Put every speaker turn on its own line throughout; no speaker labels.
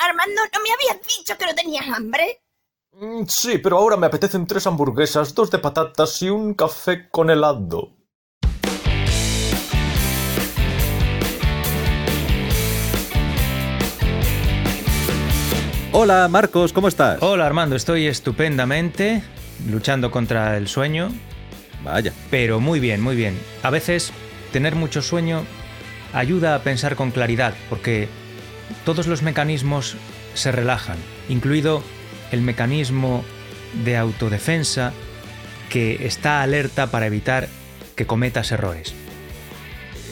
Armando, ¿no me habías dicho que no tenías hambre?
Mm, Sí, pero ahora me apetecen tres hamburguesas, dos de patatas y un café con helado.
Hola Marcos, ¿cómo estás?
Hola Armando, estoy estupendamente luchando contra el sueño,
Vaya,
pero muy bien, muy bien. A veces tener mucho sueño ayuda a pensar con claridad, porque todos los mecanismos se relajan, incluido el mecanismo de autodefensa que está alerta para evitar que cometas errores.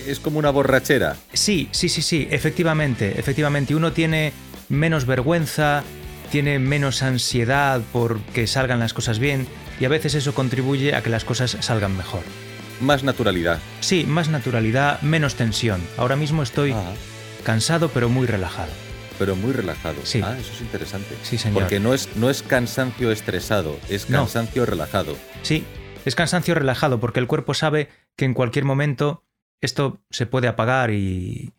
es como una borrachera.
Sí, sí, sí, sí, efectivamente, efectivamente. Uno tiene menos vergüenza, tiene menos ansiedad por que salgan las cosas bien y a veces eso contribuye a que las cosas salgan mejor.
Más naturalidad.
Sí, más naturalidad, menos tensión. Ahora mismo estoy
Ah,
cansado pero muy relajado.
pero muy relajado.
Sí.
Ah, eso es interesante.
Sí, señor.
Porque no es, no es cansancio estresado, es
No.
cansancio relajado.
Sí, es cansancio relajado porque el cuerpo sabe que en cualquier momento esto se puede apagar y,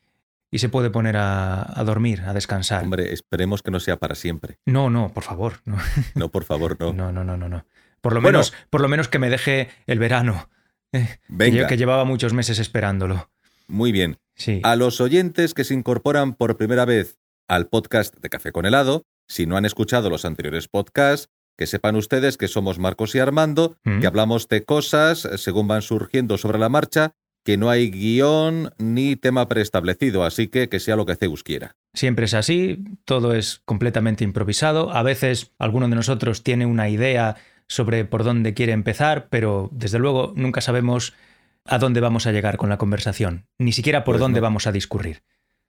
y se puede poner a, a dormir, a descansar.
Hombre, esperemos que no sea para siempre.
No, no, por favor, no.
No, por favor, no.
No, no, no, no, no. Por lo
Bueno.
menos, por lo menos que me deje el verano. Eh,
Venga.
Yo que llevaba muchos meses esperándolo.
Muy bien.
Sí.
A los oyentes que se incorporan por primera vez al podcast de Café con Helado, si no han escuchado los anteriores podcasts, que sepan ustedes que somos Marcos y Armando,
Mm.
que hablamos de cosas eh, según van surgiendo sobre la marcha, que no hay guión ni tema preestablecido, así que que sea lo que Zeus quiera.
Siempre es así, todo es completamente improvisado. A veces alguno de nosotros tiene una idea sobre por dónde quiere empezar, pero desde luego nunca sabemos a dónde vamos a llegar con la conversación, ni siquiera por
Pues
dónde
no.
vamos a discurrir.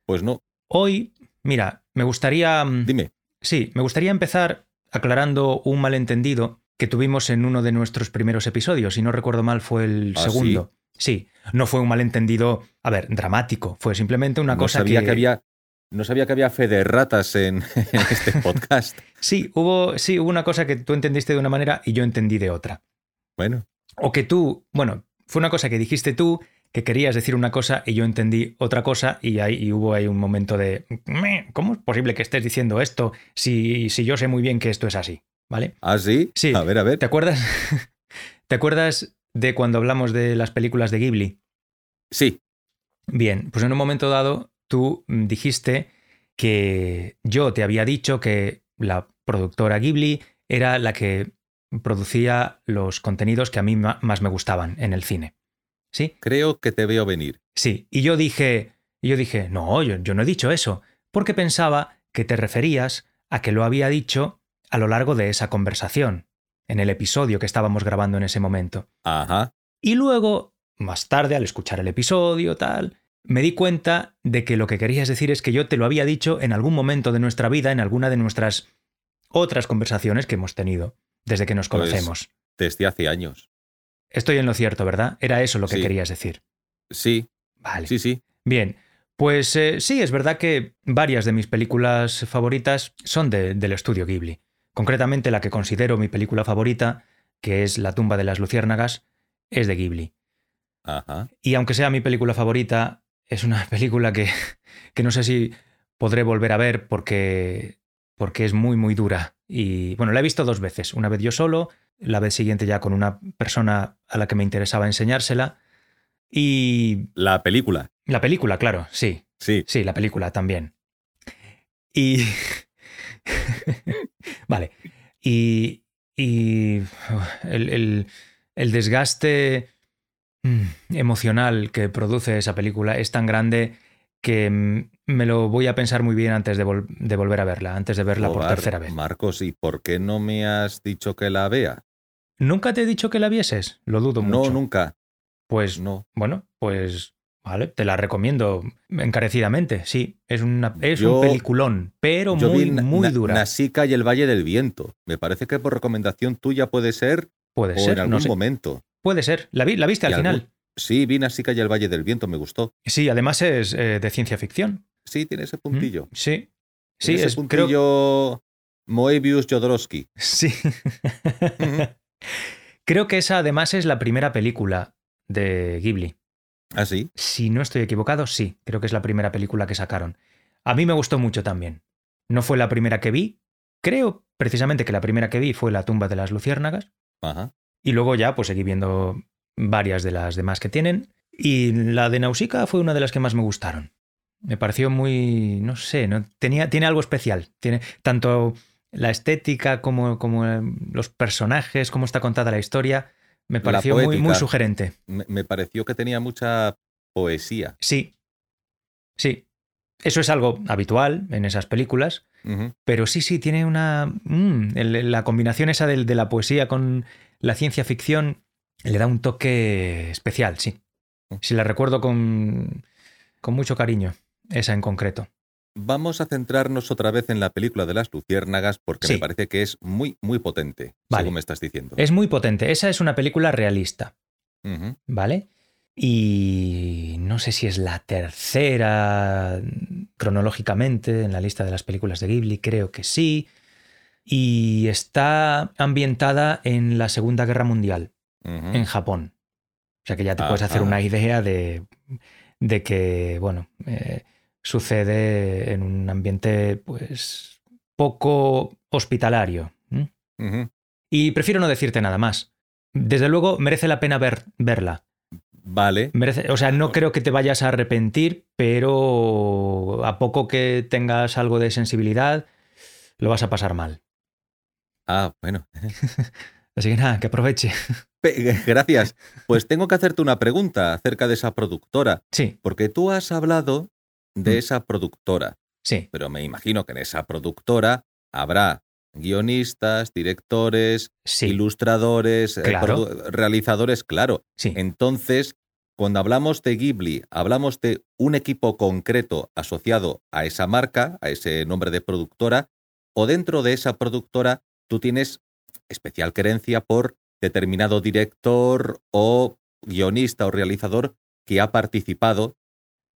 Pues no,
Hoy, mira, me gustaría mm,
dime.
Sí, me gustaría empezar aclarando un malentendido que tuvimos en uno de nuestros primeros episodios, si no recuerdo mal fue el
¿Ah,
segundo. Sí? no fue un malentendido, a ver, dramático, fue simplemente una
no
cosa
sabía que... había no sabía que había fe de ratas en, en este podcast.
Sí, hubo sí, hubo una cosa que tú entendiste de una manera y yo entendí de otra.
Bueno,
O que tú, bueno, fue una cosa que dijiste tú que querías decir una cosa y yo entendí otra cosa y ahí y hubo ahí un momento de "Meh, ¿cómo es posible que estés diciendo esto si si yo sé muy bien que esto es así? ¿Vale?
¿ah, sí?
Sí.
A ver, a ver.
¿Te acuerdas? ¿Te acuerdas de cuando hablamos de las películas de Ghibli?
Sí,
Bien, pues en un momento dado tú mm, dijiste que yo te había dicho que la productora Ghibli era la que producía los contenidos que a mí ma- más me gustaban en el cine. ¿Sí?
creo que te veo venir.
Sí, y yo dije, y yo dije, no, yo, yo no he dicho eso, porque pensaba que te referías a que lo había dicho a lo largo de esa conversación, en el episodio que estábamos grabando en ese momento.
Ajá.
Y luego, más tarde, al escuchar el episodio, tal, me di cuenta de que lo que querías decir es que yo te lo había dicho en algún momento de nuestra vida, en alguna de nuestras otras conversaciones que hemos tenido desde que nos
Pues,
conocemos.
Desde hace años.
Estoy en lo cierto, ¿verdad? Era eso lo que
Sí.
querías decir.
Sí,
Vale.
Sí, sí.
Bien, pues eh, sí, es verdad que varias de mis películas favoritas son de- del estudio Ghibli. Concretamente la que considero mi película favorita, que es La tumba de las luciérnagas, es de Ghibli.
Ajá.
Y aunque sea mi película favorita, es una película que, que no sé si podré volver a ver porque, porque es muy, muy dura. Y bueno, la he visto dos veces. Una vez yo solo, la vez siguiente ya con una persona a la que me interesaba enseñársela. Y
La película.
la película, claro, sí,
Sí.
Sí, la película también. Y. vale. Y. Y. uf, El, el- el desgaste mm, emocional que produce esa película es tan grande que mm, me lo voy a pensar muy bien antes de, vol- de volver a verla, antes de verla por
Joder,
tercera vez.
Marcos, ¿y por qué no me has dicho que la vea?
¿Nunca te he dicho que la vieses? Lo dudo
No,
mucho.
nunca.
Pues
No.
bueno, pues vale, te la recomiendo encarecidamente. Sí, es, una, es
Yo-
un peliculón, pero
Yo
muy,
vi Na-
muy
Na-
dura.
Nasica y el Valle del Viento. Me parece que por recomendación tuya puede ser
Puede
o
ser,
en
no
algún
sé.
momento.
Puede ser. ¿La, vi- la viste al
Y
final?
algún- Sí, vi Nasica y el Valle del Viento, me gustó.
Sí, además es eh, de ciencia ficción.
Sí, tiene ese
¿Mm?
puntillo.
Sí. Sí,
Tiene ese
es
puntillo
creo...
Moebius Jodorowsky.
Sí. creo que esa además es la primera película de Ghibli.
¿Ah, sí?
Si no estoy equivocado, sí, creo que es la primera película que sacaron. A mí me gustó mucho también. No fue la primera que vi. Creo precisamente que la primera que vi fue la tumba de las luciérnagas.
Ajá.
Y luego ya pues seguí viendo varias de las demás que tienen. Y la de Nausicaa fue una de las que más me gustaron. Me pareció muy, no sé, no, tenía, tiene algo especial. Tiene tanto la estética como, como eh, los personajes, cómo está contada la historia. Me
La
pareció muy, muy
poética.
sugerente.
Me, me pareció que tenía mucha poesía.
Sí, sí. Eso es algo habitual en esas películas,
Ujú.
pero sí, sí, tiene una... mm, el- la combinación esa del- de, la poesía con la ciencia ficción le da un toque especial, sí. Sí, la recuerdo con, con mucho cariño, esa en concreto.
Vamos a centrarnos otra vez en la película de las luciérnagas porque
Sí.
me parece que es muy, muy potente,
Vale.
según me estás diciendo.
Es muy potente, esa es una película realista,
Ujú.
¿vale? Y no sé si es la tercera cronológicamente en la lista de las películas de Ghibli, creo que sí. Y está ambientada en la Segunda Guerra Mundial,
Ujú.
en Japón. O sea que ya te puedes hacer
Ajá.
una idea de, de que, bueno, eh, sucede en un ambiente pues poco hospitalario. ¿m?
Ujú.
Y prefiero no decirte nada más. Desde luego merece la pena ver, verla.
Vale.
Merece- o sea, no creo que te vayas a arrepentir, pero a poco que tengas algo de sensibilidad, lo vas a pasar mal.
Ah, bueno.
Así que nada, que aproveche.
Pe- Gracias. Pues tengo que hacerte una pregunta acerca de esa productora,
Sí,
porque tú has hablado de
Mm.
esa productora,
sí.
pero me imagino que en esa productora habrá guionistas, directores,
Sí,
ilustradores, eh,
Claro.
produ- realizadores, claro.
sí.
Entonces, cuando hablamos de Ghibli, hablamos de un equipo concreto asociado a esa marca, a ese nombre de productora, o dentro de esa productora tú tienes especial querencia por determinado director o guionista o realizador que ha participado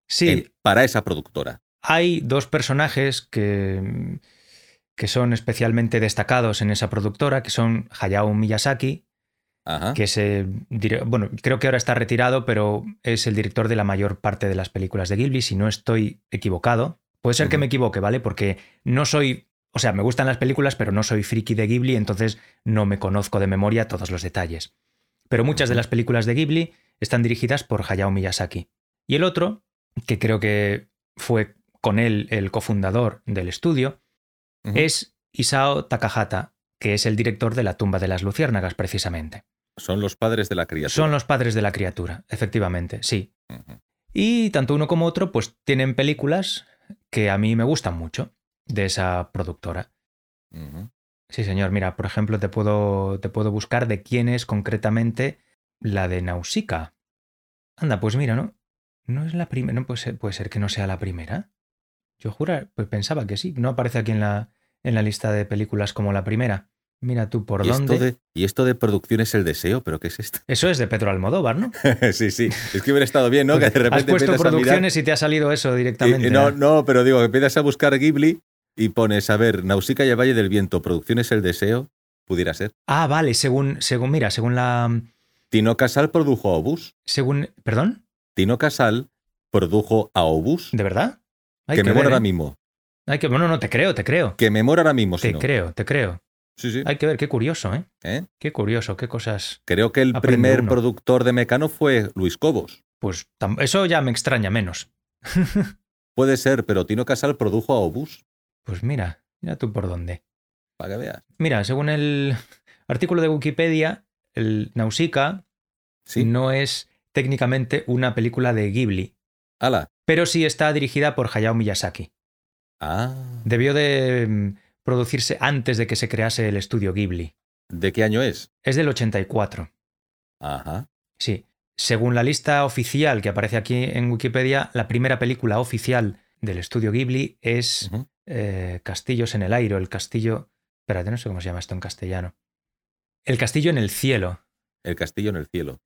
Sí,
en- para esa productora.
hay dos personajes que, que son especialmente destacados en esa productora, que son Hayao Miyazaki,
Ajá.
que es, eh, dire- bueno, creo que ahora está retirado, pero es el director de la mayor parte de las películas de Ghibli, si no estoy equivocado. Puede ser que
Ujú.
me equivoque, ¿vale? Porque no soy, o sea, me gustan las películas, pero no soy friki de Ghibli, entonces no me conozco de memoria todos los detalles. Pero muchas de
Ujú.
las películas de Ghibli están dirigidas por Hayao Miyazaki. Y el otro, que creo que fue con él el cofundador del estudio,
Ujú.
es Isao Takahata, que es el director de La tumba de las luciérnagas, precisamente.
Son los padres de la criatura.
Son los padres de la criatura, efectivamente, sí.
Ujú.
Y tanto uno como otro, pues tienen películas que a mí me gustan mucho de esa productora.
Ujú.
Sí, señor, mira, por ejemplo, te puedo, te puedo buscar de quién es concretamente la de Nausicaa. Anda, pues mira, ¿no? No es la primera, no puede ser, puede ser que no sea la primera. Yo jura, pues pensaba que sí, no aparece aquí en la, en la lista de películas como la primera. Mira tú por
¿Y,
dónde.
esto de, y esto de producción es el deseo, pero ¿qué es esto?
Eso es de Pedro Almodóvar, ¿no?
sí, sí. Es que hubiera estado bien, ¿no? Que de repente
Pues Has puesto
empiezas a mirar-
producciones y te ha salido eso
Y-
directamente.
y no,
¿no?
no, pero digo, que empiezas a buscar Ghibli y pones, a ver, Nausicaa y el Valle del Viento, Producciones El Deseo, pudiera ser.
Ah, vale, según, según, mira, según la.
Tino Casal produjo a Obús.
Según. ¿Perdón?
Tino Casal produjo a Obús.
¿De verdad? Hay
que me
ver,
muero ahora
¿eh?
mismo.
Hay que, bueno, no, te creo, te creo.
Que me muero ahora mismo, si
Te
Pues no.
creo, te creo.
Sí, sí.
Hay que ver, qué curioso, ¿eh?
¿Eh?
Qué curioso, qué cosas.
Creo que el
Aprende
primer
uno.
productor de Mecano fue Luis Cobos.
Pues tam- eso ya me extraña menos.
Puede ser, pero Tino Casal produjo a Obús.
Pues mira, mira tú por dónde.
Para que veas.
Mira, según el artículo de Wikipedia, el Nausicaa
Sí.
no es técnicamente una película de Ghibli,
Ala.
pero sí está dirigida por Hayao Miyazaki.
Ah.
Debió de mm, producirse antes de que se crease el estudio Ghibli.
¿De qué año es?
Es del 84,
Ajá.
sí. Según la lista oficial que aparece aquí en Wikipedia, la primera película oficial del estudio Ghibli es
Ujú.
eh, Castillos en el Aire, o el castillo... Espérate, no sé cómo se llama esto en castellano. El castillo en el cielo.
El castillo en el cielo.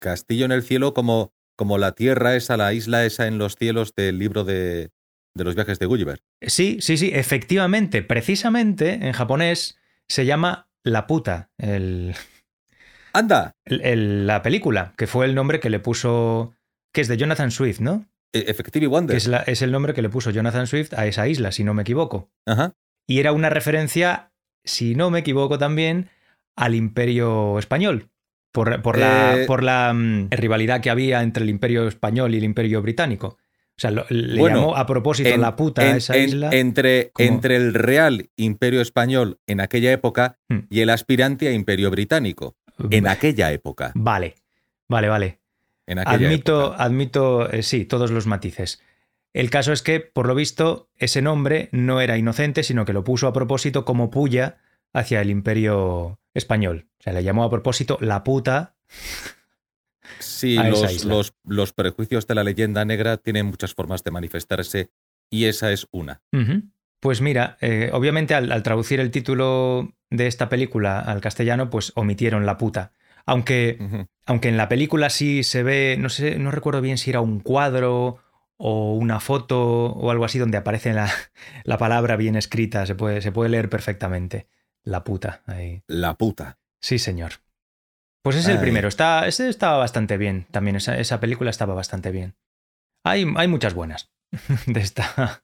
Castillo en el cielo como, como la tierra esa, la isla esa en los cielos del libro de, de los viajes de Gulliver.
Sí, sí, sí, efectivamente, precisamente en japonés se llama La puta, el,
¡Anda!
el- el- la película, que fue el nombre que le puso... que es de Jonathan Swift, ¿no?
E- Effective Wonder.
que es, la- es el nombre que le puso Jonathan Swift a esa isla, si no me equivoco.
Ajá.
Y era una referencia, si no me equivoco también, al imperio español. Por, por la,
Eh.
por la mm, rivalidad que había entre el imperio español y el imperio británico. O sea, lo- le
Bueno,
llamó a propósito
En-
la puta a
en-
esa
en-
isla.
Entre,
como-
entre el Real Imperio Español en aquella época
Hmm.
y el aspirante a Imperio Británico en aquella época.
Vale, vale, vale.
En aquella
Admito,
época.
admito, eh, sí, todos los matices. El caso es que, por lo visto, ese nombre no era inocente, sino que lo puso a propósito como puya hacia el imperio español. O sea, le llamó a propósito la puta.
Sí,
a esa
los,
isla.
los- los prejuicios de la leyenda negra tienen muchas formas de manifestarse y esa es una.
Ujú. Pues mira, eh, obviamente al, al traducir el título de esta película al castellano, pues omitieron la puta. Aunque
Ujú.
Aunque en la película sí se ve, no sé, no recuerdo bien si era un cuadro o una foto o algo así donde aparece la, la palabra bien escrita, se puede, se puede leer perfectamente. La puta. Ahí.
La puta.
Sí, señor. Pues es el
Ay.
primero. Está, ese estaba bastante bien. También esa, esa película estaba bastante bien. Hay, hay muchas buenas de esta.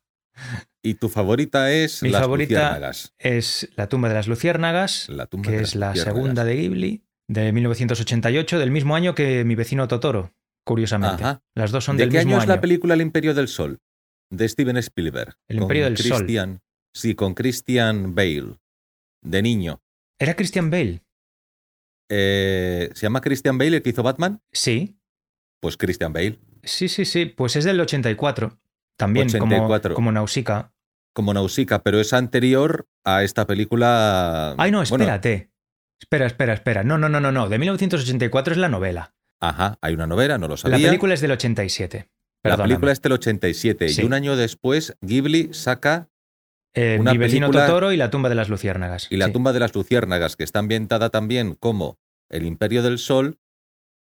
Y tu favorita es
Mi
las
favorita-
luciérnagas.
Es La tumba de las luciérnagas,
La tumba
que
de las
es la
luciérnagas.
segunda de Ghibli, de 1988, del mismo año que Mi vecino Totoro, curiosamente.
Ajá.
Las dos son
¿De
del
qué
mismo
año es la
año.
película El Imperio del Sol? De Steven Spielberg.
El
con
Imperio del Sol.
Christian- Sí, con Christian Bale. De niño.
¿Era Christian Bale?
Eh, ¿Se llama Christian Bale el que hizo Batman?
Sí,
Pues Christian Bale,
sí, sí, sí. Pues es del 84. También, como-
84.
Como, Nausicaa.
como Nausicaa, pero es anterior a esta película.
Ay, no,
Bueno,
espérate. Espera, espera, espera. No, no, no, no, no. De 1984 es la novela.
ajá, hay una novela, no lo sabía.
La película es del 87.
La
Perdóname.
película es del 87
Sí.
y un año después Ghibli saca
Eh,
una
Mi vecino
película-
Totoro y La tumba de las luciérnagas.
Y la
Sí.
tumba de las luciérnagas, que está ambientada también como El Imperio del Sol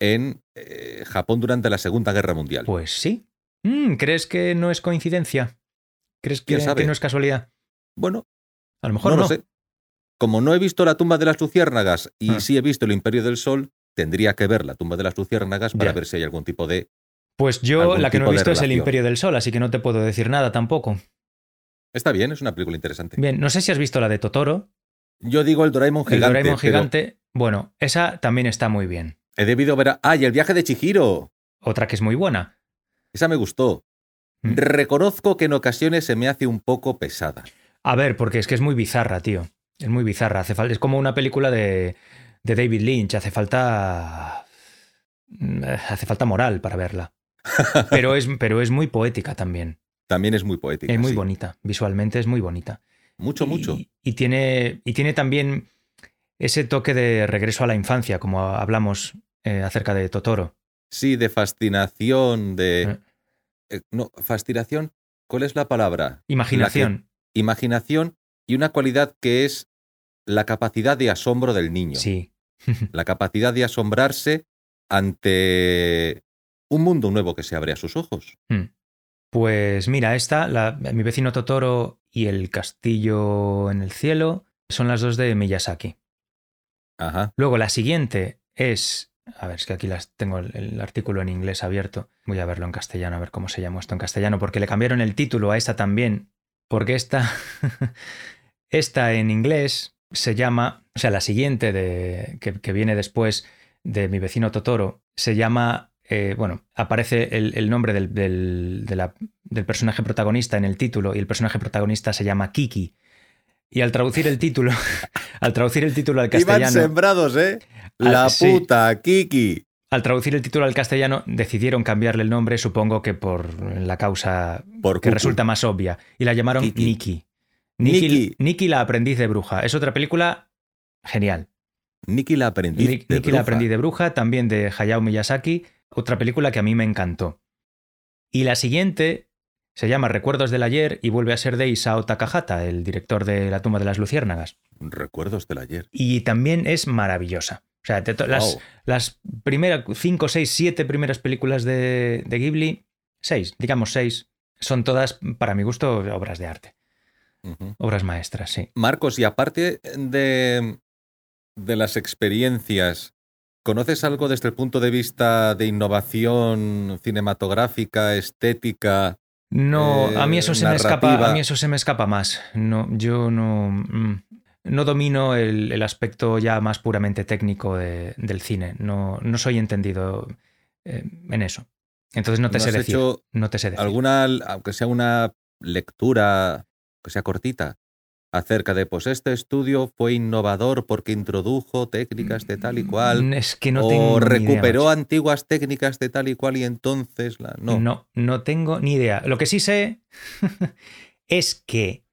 en eh, Japón durante la Segunda Guerra Mundial.
Pues sí. Mm, ¿Crees que no es coincidencia? ¿Crees que,
¿Quién sabe?
que no es casualidad?
bueno,
A lo mejor
no
no.
lo sé. Como no he visto la tumba de las luciérnagas y
Ah.
sí he visto El Imperio del Sol, tendría que ver la tumba de las luciérnagas para
Ya.
ver si hay algún tipo de...
Pues yo
Algún
la que no he
tipo de
visto es El
relación.
Imperio del Sol, así que no te puedo decir nada tampoco.
Está bien, es una película interesante.
Bien, no sé si has visto la de Totoro.
Yo digo el Doraemon
El
gigante.
Doraemon
pero
gigante, bueno, esa también está muy bien.
He debido ver... A... ¡Ah, y el viaje de Chihiro!
Otra que es muy buena.
Esa me gustó.
Mm.
Reconozco que en ocasiones se me hace un poco pesada.
A ver, porque es que es muy bizarra, tío. Es muy bizarra. Hace falta, es como una película de, de David Lynch. Hace falta. mm, Hace falta moral para verla. Pero es, pero es muy poética también.
También es muy poética.
Es muy
sí.
bonita. Visualmente es muy bonita.
Mucho, mucho.
Y, y tiene, y tiene también ese toque de regreso a la infancia, como hablamos eh, acerca de Totoro.
Sí, de fascinación, de...
Eh.
eh, no, fascinación, ¿cuál es la palabra?
Imaginación.
Imaginación y una cualidad que es la capacidad de asombro del niño.
Sí.
La capacidad de asombrarse ante un mundo nuevo que se abre a sus ojos.
Hmm. Pues mira, esta, la- mi vecino Totoro y el castillo en el cielo, son las dos de Miyazaki.
Ajá.
Luego la siguiente es, a ver, es que aquí las tengo el, el artículo en inglés abierto. Voy a verlo en castellano, a ver cómo se llama esto en castellano, porque le cambiaron el título a esta también, porque esta, esta en inglés se llama, o sea, la siguiente de, que, que viene después de mi vecino Totoro, se llama, eh, bueno, aparece el, el nombre del, del- de la- del personaje protagonista en el título y el personaje protagonista se llama Kiki. Y al traducir el título, al traducir el título al castellano...
Iban sembrados, ¿eh?
Ah,
La
sí.
puta, Kiki.
Al traducir el título al castellano, decidieron cambiarle el nombre, supongo que por la causa
Por
que
cucu.
resulta más obvia, y la llamaron
Kiki.
Nikki.
Nikki.
Nikki, Nikki la aprendiz de bruja. Es otra película genial.
Nikki la aprendí.
Ni-
de
Nikki la
bruja.
aprendiz de bruja, también de Hayao Miyazaki, otra película que a mí me encantó. Y la siguiente se llama Recuerdos del ayer y vuelve a ser de Isao Takahata, el director de La tumba de las luciérnagas.
Recuerdos del ayer.
Y también es maravillosa. O sea, te to- las,
Wow.
las primeras 5, 6, 7 primeras películas de, de Ghibli, 6, digamos 6, son todas, para mi gusto, obras de arte,
Ujú.
obras maestras, sí.
Marcos, y aparte de, de las experiencias ¿Conoces algo desde el punto de vista de innovación cinematográfica, estética?
No, a mí eso
Eh,
se me escapa.
narrativa.
A mí eso se me escapa más. No, yo no. mm, No domino el, el aspecto ya más puramente técnico de- del cine. No, no soy entendido eh, en eso. Entonces no te
¿No
sé
has
decir.
hecho
no te sé decir.
alguna, aunque sea una lectura, que sea cortita, acerca de, pues este estudio fue innovador porque introdujo técnicas de tal y cual,
Es que Mm, no
o
tengo ni idea,
recuperó
macho.
antiguas técnicas de tal y cual y entonces la... No,
no, no tengo ni idea. Lo que sí sé es que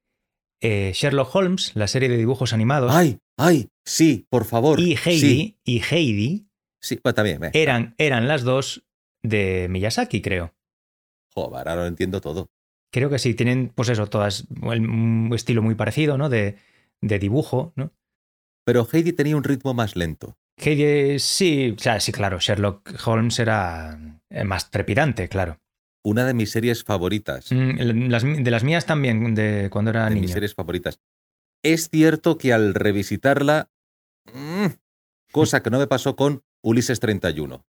eh, Sherlock Holmes, la serie de dibujos animados,
¡Ay! ¡Ay! Sí, por favor.
y Heidi,
Sí,
y Heidi
sí, bueno, también. eh.
eran, eran las dos de Miyazaki, creo.
Joder, ahora lo entiendo todo.
Creo que sí, tienen, pues eso, todas el- un estilo muy parecido, ¿no? De, de dibujo, ¿no?
Pero Heidi tenía un ritmo más lento.
Heidi, eh, sí, o sea, sí, claro, Sherlock Holmes era eh, más trepidante, claro.
Una de mis series favoritas.
Mm, las- de las mías también, de cuando era
de
niño.
mis series favoritas. Es cierto que al revisitarla, mm, cosa que no me pasó con Ulises 31.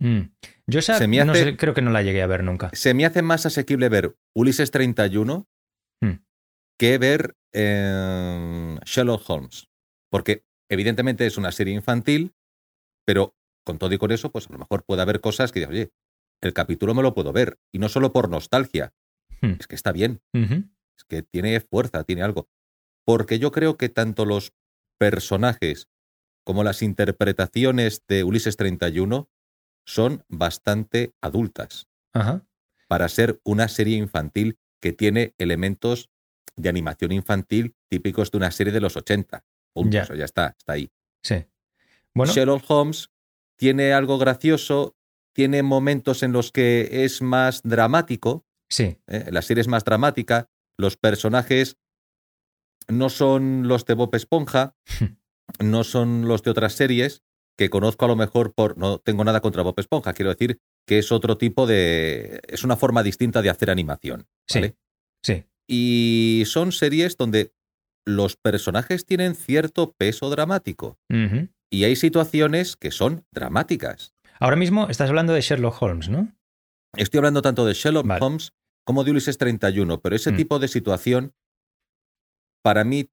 Mm. Yo esa,
Se me
no
hace-
sé, creo que no la llegué a ver nunca.
Se me hace más asequible ver Ulises 31
Hmm.
que ver eh, Sherlock Holmes. Porque evidentemente es una serie infantil, pero con todo y con eso, pues a lo mejor puede haber cosas que digas, oye, el capítulo me lo puedo ver. Y no solo por nostalgia.
Hmm.
Es que está bien.
Ujú.
Es que tiene fuerza, tiene algo. Porque yo creo que tanto los personajes como las interpretaciones de Ulises 31 son bastante adultas
Ajá.
para ser una serie infantil que tiene elementos de animación infantil típicos de una serie de los 80. Punto,
Ya.
eso ya está, está ahí.
Sí. Bueno,
Sherlock Holmes tiene algo gracioso, tiene momentos en los que es más dramático,
sí.
¿eh? La serie es más dramática, los personajes no son los de Bob Esponja, no son los de otras series que conozco a lo mejor por... No tengo nada contra Bob Esponja, quiero decir que es otro tipo de... Es una forma distinta de hacer animación.
Sí.
¿vale?
Sí.
Y son series donde los personajes tienen cierto peso dramático.
Ujú.
Y hay situaciones que son dramáticas.
Ahora mismo estás hablando de Sherlock Holmes, ¿no?
Estoy hablando tanto de Sherlock
Vale.
Holmes como de Ulises 31, pero ese
Mm.
tipo de situación para mí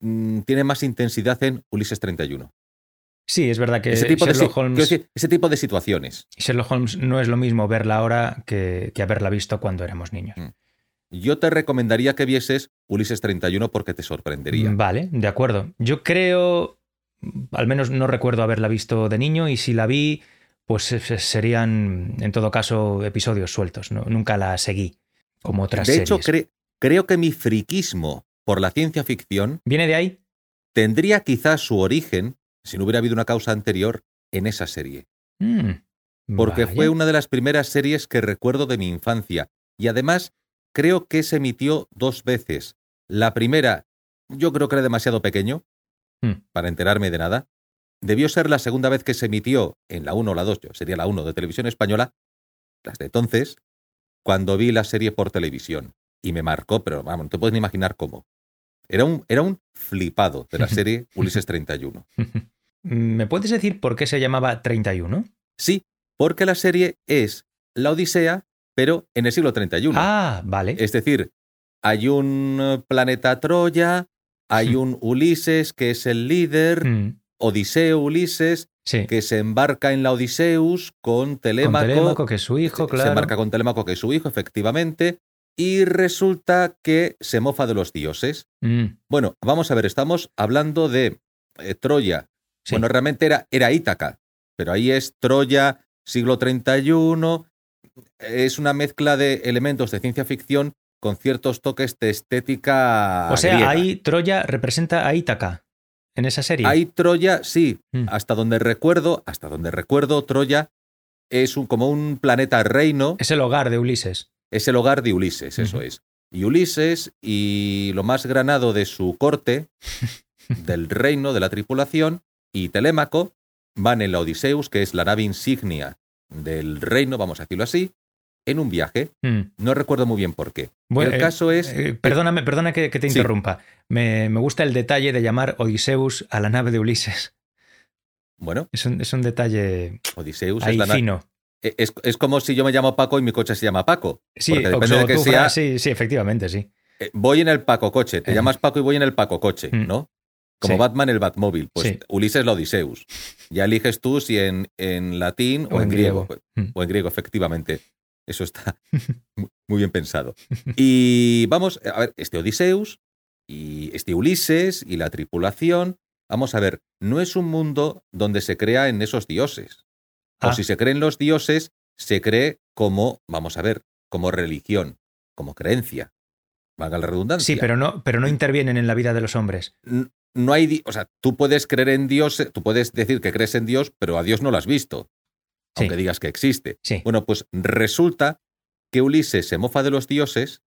mm, tiene más intensidad en Ulises 31.
Sí, es verdad que
Ese tipo, de, si-
Sherlock,
quiero
Holmes,
decir, ese tipo de situaciones.
Sherlock Holmes no es lo mismo verla ahora que, que haberla visto cuando éramos niños.
Yo te recomendaría que vieses Ulises 31 porque te sorprendería.
Vale, de acuerdo. Yo creo, al menos no recuerdo haberla visto de niño y si la vi, pues eh, serían en todo caso episodios sueltos. ¿no? Nunca la seguí como
de
otras
hecho,
series.
cre- creo que mi friquismo por la ciencia ficción
¿Viene de ahí?
tendría quizás su origen, si no hubiera habido una causa anterior, en esa serie.
Mm,
porque
vaya.
fue una de las primeras series que recuerdo de mi infancia. Y además, creo que se emitió dos veces. La primera, yo creo que era demasiado pequeño
Mm.
para enterarme de nada. Debió ser la segunda vez que se emitió en la 1 o la 2, yo sería la 1 de televisión española, las de entonces, cuando vi la serie por televisión. Y me marcó, pero vamos, no te puedes ni imaginar cómo. Era un, era un flipado de la serie Ulises 31.
Mm, ¿Me puedes decir por qué se llamaba 31?
Sí, porque la serie es La Odisea, pero en el siglo 31.
Ah, vale.
Es decir, hay un eh, planeta Troya, hay
Hmm.
un Ulises que es el líder,
Mm,
Odiseo Ulises,
sí.
que se embarca en la Odiseus con
Con
Telémaco.
Telémaco, que es su hijo,
Se-
claro.
Se embarca con Telémaco, que es su hijo, efectivamente, y resulta que se mofa de los dioses.
Mm,
Bueno, vamos a ver, estamos hablando de eh, Troya,
sí.
bueno, realmente era, era Ítaca, pero ahí es Troya, siglo 31. Es una mezcla de elementos de ciencia ficción con ciertos toques de estética.
o sea,
griega.
ahí Troya representa a Ítaca en esa serie.
Ahí Troya, sí,
Mm.
hasta donde recuerdo, hasta donde recuerdo, Troya es un, como un planeta reino,
Es el hogar de Ulises.
es el hogar de Ulises, eso
Ujú.
es. Y Ulises y lo más granado de su corte, del reino, de la tripulación, y Telémaco van en la Odiseus, que es la nave insignia del reino, vamos a decirlo así, en un viaje.
Mm.
No recuerdo muy bien por qué.
Bueno,
el
eh,
caso es...
eh, perdóname, perdona que, que te
Sí.
interrumpa. Me, me gusta el detalle de llamar Odiseus a la nave de Ulises.
Bueno,
Es un, es un detalle
Odysseus es
ahí
la na- eh,
fino.
es, es como si yo me llamo Paco y mi coche se llama Paco.
Sí,
porque depende
Oxo,
de que
tú,
sea-
Fran, sí, sí, efectivamente, sí.
Eh, voy en el Paco coche. Te
Eh.
llamas Paco y voy en el Paco coche,
Mm.
¿no? Como
Sí.
Batman el Batmóvil. Pues
Sí.
Ulises la Odiseus. Ya eliges tú si en, en latín o, en griego. Pues,
Mm.
O en griego, efectivamente. Eso está mu- muy bien pensado. Y vamos, a ver, este Odiseus y este Ulises y la tripulación. Vamos a ver, no es un mundo donde se crea en esos dioses. O
Ah.
si se creen los dioses, se cree como, vamos a ver, como religión, como creencia. Valga la redundancia.
Sí, pero no, pero no intervienen en la vida de los hombres.
N- No hay, di- o sea, tú puedes creer en Dios, eh, tú puedes decir que crees en Dios, pero a Dios no lo has visto,
Sí.
aunque digas que existe.
Sí.
Bueno, pues resulta que Ulises se mofa de los dioses,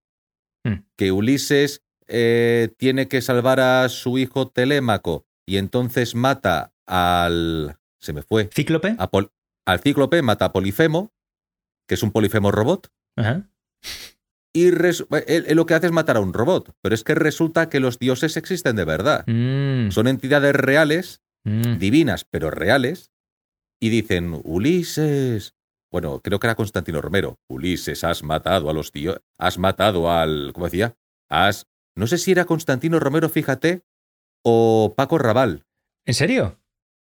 Mm.
que Ulises eh, tiene que salvar a su hijo Telémaco y entonces mata al... se me fue.
¿Cíclope?
a Pol- al cíclope mata a Polifemo, que es un Polifemo robot,
Ajá.
y resu- eh, él- él lo que hace es matar a un robot, pero es que resulta que los dioses existen de verdad.
Mm,
Son entidades reales,
mm.
divinas, pero reales, y dicen, Ulises. Bueno, creo que era Constantino Romero. Ulises, has matado a los dioses. Has matado al. ¿Cómo decía? Has. No sé si era Constantino Romero, fíjate, o Paco Raval.
¿En serio?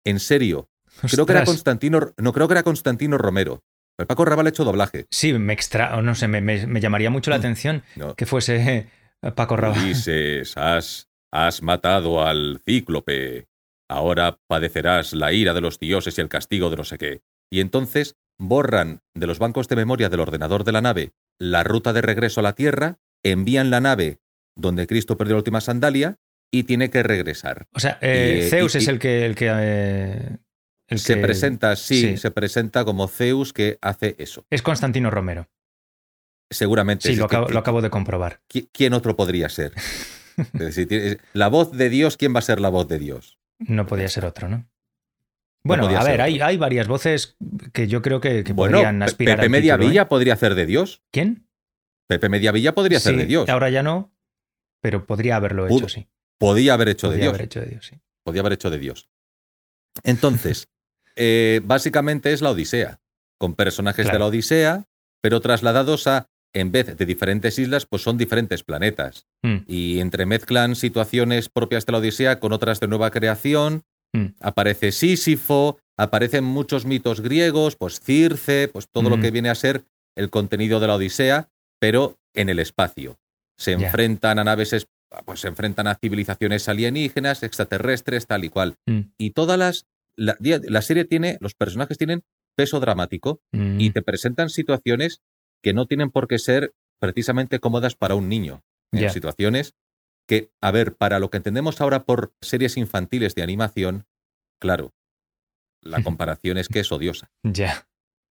En serio. Creo que era
Ostras.
Constantino. No, creo que era Constantino Romero. Pero Paco Raval ha hecho doblaje.
Sí, me extra... o No sé, me, me- me llamaría mucho la
Mm.
atención
No.
que fuese eh, Paco Rabanne.
Ulises, has, has matado al cíclope. Ahora padecerás la ira de los dioses y el castigo de no sé qué. Y entonces borran de los bancos de memoria del ordenador de la nave la ruta de regreso a la Tierra, envían la nave donde Cristo perdió la última sandalia y tiene que regresar.
O sea, eh,
Y, eh,
Zeus
y-
es
y-
el que... El que, eh, el
se
que-
presenta, sí,
sí.
se presenta como Zeus que hace eso.
Es Constantino Romero.
Seguramente.
Sí,
es
lo
que-
acabo, lo acabo de comprobar.
¿qui- ¿Quién otro podría ser? Es decir, tiene- la voz de Dios, ¿quién va a ser la voz de Dios?
No podía ser otro, ¿no? Bueno,
podía
a
ser
ver,
otro.
hay, hay varias voces que yo creo que, que
bueno,
podrían
Pe-
aspirar
Pepe
al título, ¿eh?
Mediavilla podría hacer de Dios.
¿Quién?
Pepe Mediavilla podría ser
Sí,
de Dios.
Ahora ya no, pero podría haberlo
Pudo-
hecho, sí.
Podía haber hecho de
Podría
Dios.
haber hecho de Dios, sí.
Podía haber hecho de Dios. Entonces, eh, básicamente es la Odisea, con personajes de
Claro.
la Odisea, pero trasladados a, en vez de diferentes islas, pues son diferentes planetas.
Mm.
Y entremezclan situaciones propias de la Odisea con otras de nueva creación.
Mm.
Aparece Sísifo, aparecen muchos mitos griegos, pues Circe, pues todo lo
Mm.
que viene a ser el contenido de la Odisea, pero en el espacio. Se
Ya.
enfrentan a naves, es- pues se enfrentan a civilizaciones alienígenas, extraterrestres, tal y cual.
Mm.
Y todas las. La, la serie tiene, los personajes tienen peso dramático
Mm.
y te presentan situaciones que no tienen por qué ser precisamente cómodas para un niño. ¿eh?
Ya.
Situaciones que, a ver, para lo que entendemos ahora por series infantiles de animación, claro, la comparación es que es odiosa.
Ya.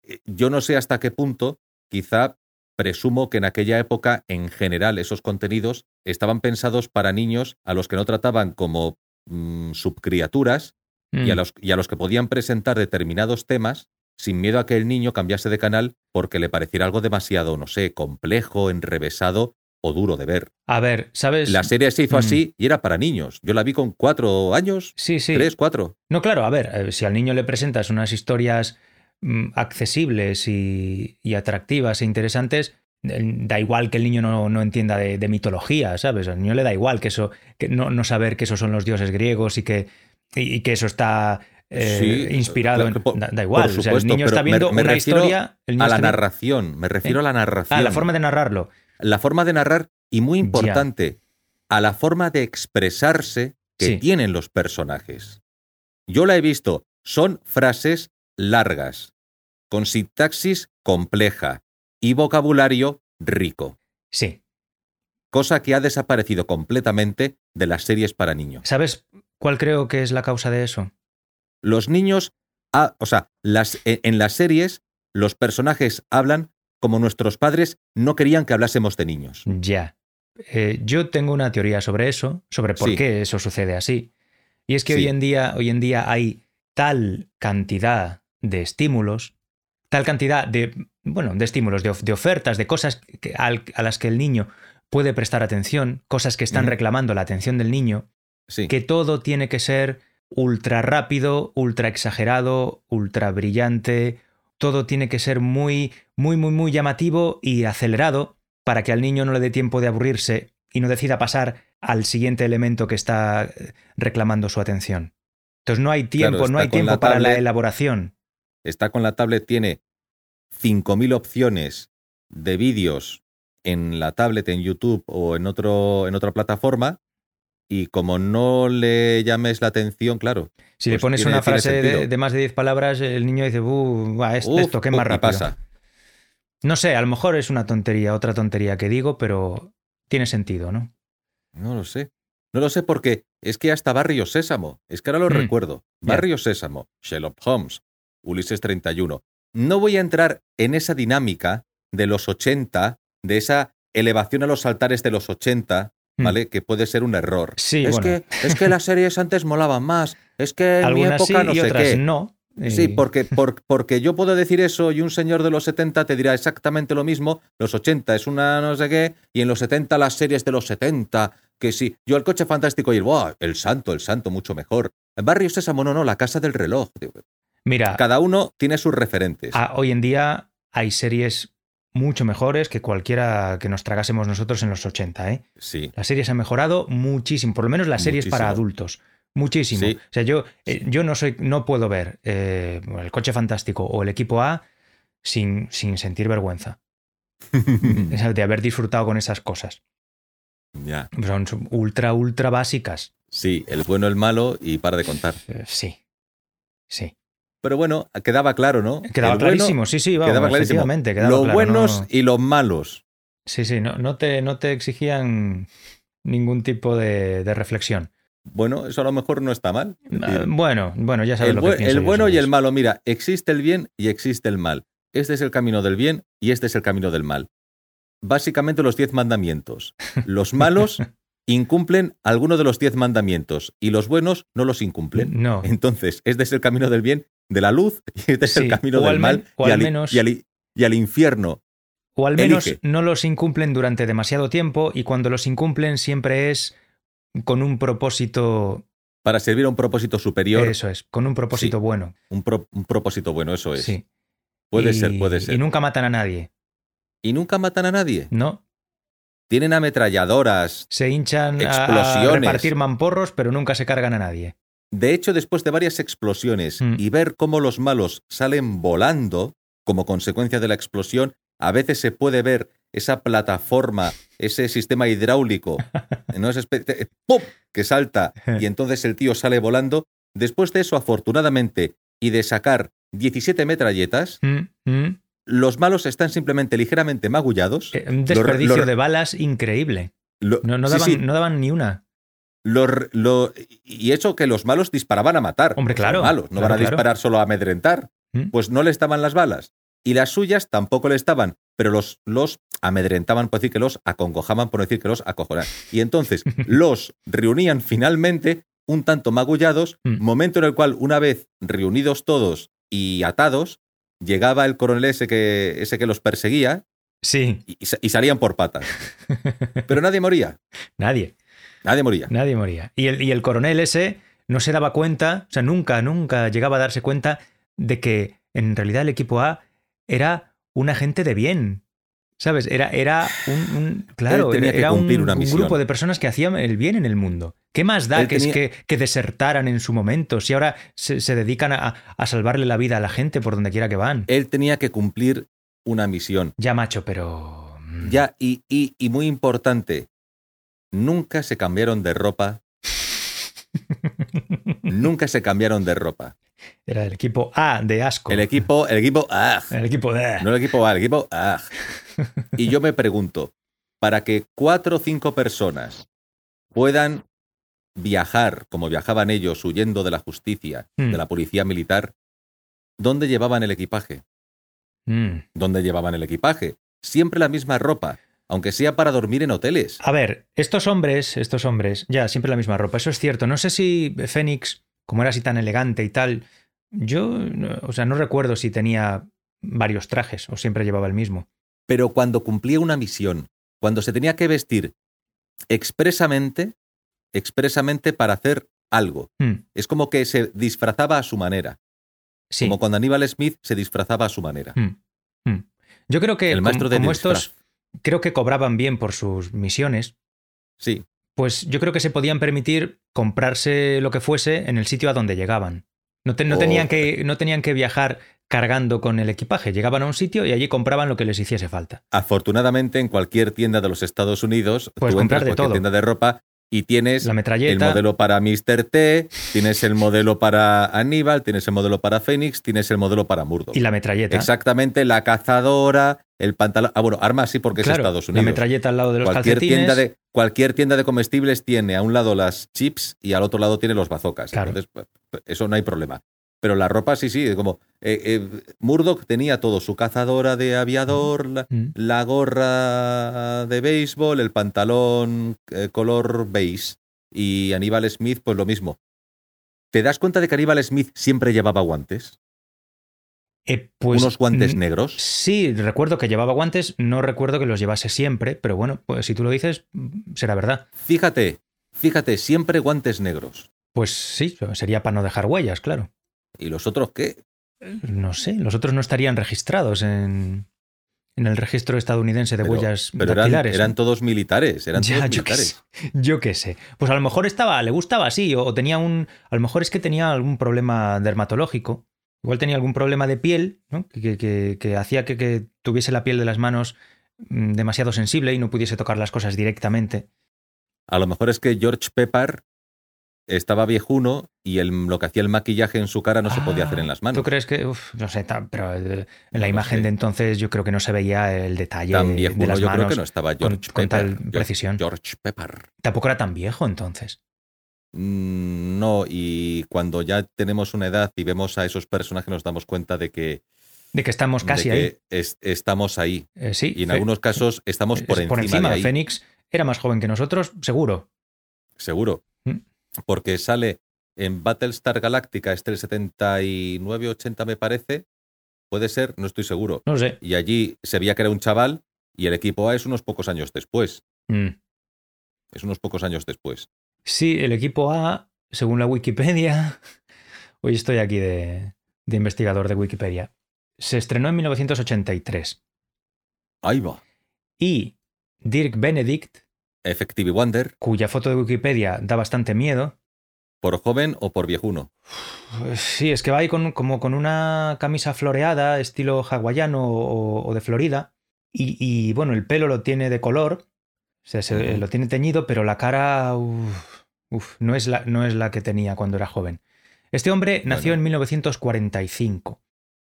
Eh, Yo no sé hasta qué punto, quizá presumo que en aquella época, en general, esos contenidos estaban pensados para niños a los que no trataban como mm, subcriaturas, y a,
Mm.
los, y a los que podían presentar determinados temas sin miedo a que el niño cambiase de canal porque le pareciera algo demasiado, no sé, complejo, enrevesado o duro de ver.
A ver, ¿sabes?
La serie se hizo
Mm.
así y era para niños. Yo la vi con cuatro años,
Sí, sí.
tres, cuatro.
No, claro, a ver, eh, si al niño le presentas unas historias mm, accesibles y, y atractivas e interesantes, eh, da igual que el niño no, no entienda de, de mitología, ¿sabes? Al niño le da igual que eso, que no, no saber que esos son los dioses griegos y que, y, y que eso está eh,
Sí,
inspirado.
claro
en-
que por-
da, da igual,
por
o sea, el
supuesto,
niño
pero
está
me-
viendo
me
una
refiero
historia. el niño
A la
está viendo-
narración, me refiero a la narración.
Ah, la forma de narrarlo.
La forma de narrar y muy
Ya.
importante, a la forma de expresarse que
Sí.
tienen los personajes. Yo la he visto, son frases largas, con sintaxis compleja y vocabulario rico,
Sí.
cosa que ha desaparecido completamente de las series para niños.
¿Sabes cuál creo que es la causa de eso?
Los niños, ha- o sea, las, en, en las series los personajes hablan como nuestros padres no querían que hablásemos de niños.
Ya. Eh, yo tengo una teoría sobre eso, sobre por
Sí.
qué eso sucede así. Y es que
Sí.
hoy en día, hoy en día hay tal cantidad de estímulos, tal cantidad de, bueno, de estímulos, de, of- de ofertas, de cosas que- al- a las que el niño puede prestar atención, cosas que están
Ujú.
reclamando la atención del niño,
Sí.
que todo tiene que ser ultra rápido, ultra exagerado, ultra brillante. Todo tiene que ser muy, muy, muy, muy llamativo y acelerado para que al niño no le dé tiempo de aburrirse y no decida pasar al siguiente elemento que está eh, reclamando su atención. Entonces no hay tiempo,
Claro,
no
está
hay
con
tiempo
la
para la
tablet.
elaboración.
está con la tablet, tiene 5.000 opciones de vídeos en la tablet, en YouTube o en, otro, en otra plataforma, y como no le llames la atención, claro,
Si
Pues
le pones
tiene-
una
tiene
frase de,
sentido.
de más de 10 palabras, el niño dice, "Buh, buah, es-
uf,
esto que es más
uf, y
rápido.
pasa.
No sé, a lo mejor es una tontería, otra tontería que digo, pero tiene sentido, ¿no?
No lo sé. No lo sé porque es que hasta Barrio Sésamo, es que ahora lo
Mm,
recuerdo.
ya.
Barrio Sésamo, Sherlock Holmes, Ulises 31. No voy a entrar en esa dinámica de los 80, de esa elevación a los altares de los 80,
Mm.
¿vale? Que puede ser un error.
Sí,
es,
bueno.
que, es que las series antes molaban más. Es que en
Algunas
mi época
sí
no
y
sé
otras
qué.
no. Eh, Y-
Sí, porque, por- porque yo puedo decir eso y un señor de los 70 te dirá exactamente lo mismo. Los 80 es una no sé qué y en los 70 las series de los 70, que sí. Yo el coche fantástico y el, "Buah, el santo, el santo, mucho mejor. Barrio Sésamo, no, no, la casa del reloj. Digo,
Mira,
Cada uno tiene sus referentes.
a- hoy en día hay series mucho mejores que cualquiera que nos tragásemos nosotros en los 80, ¿eh?
Sí.
Las series han mejorado muchísimo, por lo menos las series para
Muchísimo.
adultos. Muchísimo.
Sí.
O sea, yo, eh, yo no soy, no puedo ver eh, el coche fantástico o el equipo A sin, sin sentir vergüenza. O sea, De haber disfrutado con esas cosas.
ya.
Son ultra, ultra básicas.
Sí, el bueno, el malo y para de contar.
Eh, Sí. Sí.
Pero bueno, quedaba claro, ¿no?
Quedaba
El bueno,
clarísimo, sí, sí, vamos,
quedaba clarísimo.
efectivamente, quedaba
los
claro,
buenos
no-
y los malos.
Sí, sí, no, no te, no te exigían ningún tipo de, de reflexión.
Bueno, eso a lo mejor no está mal. Es
Ah,
decir,
Bueno, bueno, ya sabes
el,
lo que
bue-
pienso
el
yo
bueno
sobre
y el
eso.
malo. Mira, existe el bien y existe el mal. Este es el camino del bien y este es el camino del mal. Básicamente los diez mandamientos. Los malos incumplen alguno de los diez mandamientos y los buenos no los incumplen.
No,
Entonces, este es el camino del bien, de la luz, y este es
Sí,
el camino
o
del
al men-
mal
o
y,
al
al, i-
menos-
y al i- y al infierno.
o al menos
elige.
no los incumplen durante demasiado tiempo y cuando los incumplen siempre es con un propósito,
Para servir a un propósito superior,
eso es, con un propósito bueno.
un, pro- un propósito bueno, eso es.
Sí.
Pues Puede
Y-
ser, puede ser.
Y nunca matan a nadie,
y nunca matan a nadie.
¿no?
Tienen ametralladoras,
Se hinchan a- a
Explosiones.
repartir mamporros, pero nunca se cargan a nadie.
De hecho, después de varias explosiones
Mm.
y ver cómo los malos salen volando como consecuencia de la explosión, a veces se puede ver esa plataforma, ese sistema hidráulico, ¿no? Esa espe- eh, ¡pum! que salta y entonces el tío sale volando. Después de eso, afortunadamente, y de sacar 17 metralletas,
Mm, mm.
los malos están simplemente ligeramente magullados.
Eh, Un desperdicio
lo-
de balas increíble.
Lo-
No, no
sí,
daban,
sí,
no daban ni una.
lo- lo- y eso que los malos disparaban a matar.
Hombre,
Son
claro,
malos, no
claro,
van a
claro.
disparar solo a amedrentar.
Mm.
Pues no le estaban las balas. Y las suyas tampoco le estaban, pero los, los amedrentaban, por decir que los acongojaban, por decir que los acojonaban. Y entonces los reunían finalmente, un tanto magullados,
Mm.
momento en el cual, una vez reunidos todos y atados, llegaba el coronel ese que, ese que los perseguía
Sí,
y, y sa- y salían por patas. Pero nadie moría,
nadie,
nadie moría.
nadie moría. Y el, y el coronel ese no se daba cuenta, o sea, nunca, nunca llegaba a darse cuenta de que en realidad el equipo A era un agente de bien. ¿Sabes? Era, era un, un- claro,
tenía
era,
que
era un,
cumplir una
un
misión.
grupo de personas que hacían el bien en el mundo. ¿Qué más da
Él
que, es
tenía-
que, que desertaran en su momento? Si ahora se, se dedican a, a salvarle la vida a la gente por donde quiera que van.
Él tenía que cumplir una misión.
Ya, macho, pero. mm,
Ya, y, y- y muy importante, nunca se cambiaron de ropa. nunca se cambiaron de ropa.
Era el equipo A de asco.
El equipo, el equipo, ¡ah!
El equipo de.
No el equipo A, el equipo, ¡ah! Y yo me pregunto, para que cuatro o cinco personas puedan viajar como viajaban ellos huyendo de la justicia,
Mm.
de la policía militar, ¿dónde llevaban el equipaje?
Mm.
¿Dónde llevaban el equipaje? Siempre la misma ropa, aunque sea para dormir en hoteles.
A ver, estos hombres, estos hombres, ya, siempre la misma ropa, eso es cierto. No sé si Fénix, como era así tan elegante y tal, yo, no- o sea, no recuerdo si tenía varios trajes o siempre llevaba el mismo.
Pero cuando cumplía una misión, cuando se tenía que vestir expresamente, expresamente para hacer algo.
Hmm,
Es como que se disfrazaba a su manera,
sí.
como cuando Aníbal Smith se disfrazaba a su manera.
Hmm, hmm. Yo creo que
El
com-
maestro de
como
disfraz.
estos creo que cobraban bien por sus misiones,
Sí,
pues yo creo que se podían permitir comprarse lo que fuese en el sitio a donde llegaban. No, te- no
Oh.
tenían que, no tenían que viajar cargando con el equipaje, llegaban a un sitio y allí compraban lo que les hiciese falta.
afortunadamente en cualquier tienda de los Estados Unidos,
Puedes
tú entras
comprar de
en cualquier
todo.
tienda de ropa y tienes
La
el
metralleta,
modelo para Mr. T, tienes el modelo para Aníbal, tienes el modelo para Fénix, tienes el modelo para Murdo.
y la metralleta.
Exactamente, la cazadora, el pantalón. Ah, bueno, armas sí porque es
Claro,
Estados
La
Unidos.
metralleta al lado de los
cualquier,
calcetines.
tienda de, cualquier tienda de comestibles tiene a un lado las chips y al otro lado tiene los bazocas.
Claro.
Entonces, pues, eso no hay problema. Pero la ropa sí, sí, es como. eh, eh, Murdoch tenía todo: su cazadora de aviador, la,
Mm.
la gorra de béisbol, el pantalón eh, color beige. Y Aníbal Smith, pues lo mismo. ¿Te das cuenta de que Aníbal Smith siempre llevaba guantes?
Eh, pues,
Unos guantes
mm,
negros.
Sí, recuerdo que llevaba guantes, no recuerdo que los llevase siempre, pero bueno, pues si tú lo dices, mm, será verdad.
Fíjate, fíjate, siempre guantes negros.
Pues sí, sería para no dejar huellas, claro.
¿Y los otros qué?
No sé, los otros no estarían registrados en, en el registro estadounidense de
Pero-
huellas
Pero eran,
dactilares. ¿eh?
eran todos militares, eran
Ya,
todos
yo qué sé.
militares.
Yo qué sé. Pues a lo mejor estaba, le gustaba así, o, o tenía un. A lo mejor es que tenía algún problema dermatológico. Igual tenía algún problema de piel, ¿no? Que, que- que- que hacía que, que tuviese la piel de las manos mm, demasiado sensible y no pudiese tocar las cosas directamente.
A lo mejor es que George Pepper estaba viejuno y el- lo que hacía el maquillaje en su cara no se podía
Ah,
hacer en las
¿Tú
manos.
crees que.? Uf, no sé, ta- pero eh, en
No
la
lo
imagen
sé.
de entonces yo creo que no se veía el detalle
Tan
de
viejuno
las
yo
manos.
creo que no estaba
con-
George
con tal
Pepper. George-
precisión.
George Pepper.
Tampoco era tan viejo entonces.
Mm, No, y cuando ya tenemos una edad y vemos a esos personajes nos damos cuenta de que,
De que estamos
de
casi
que
ahí.
es- estamos ahí.
Eh, sí.
Y en
Fe-
algunos casos estamos por
es
encima, de ahí.
Fénix era más joven que nosotros, seguro.
Seguro.
Mm.
Porque sale en Battlestar Galactica, este el 79-80 me parece. Puede ser, no estoy seguro.
No sé.
Y allí se veía que era un chaval y el equipo A es unos pocos años después.
Mm.
Es unos pocos años después.
Sí, el equipo A, según la Wikipedia, hoy estoy aquí de, de investigador de Wikipedia, se estrenó en 1983
Ahí va.
y Dirk Benedict,
Effective Wonder,
cuya foto de Wikipedia da bastante miedo,
por joven o por viejuno.
sí, es que va ahí con, como con una camisa floreada, estilo hawaiano o, o de Florida, y, y, bueno, el pelo lo tiene de color, o sea, se-
Ujú.
lo tiene teñido, pero la cara uf, uf, no, es la, no es la que tenía cuando era joven. Este hombre nació
Bueno.
en 1945.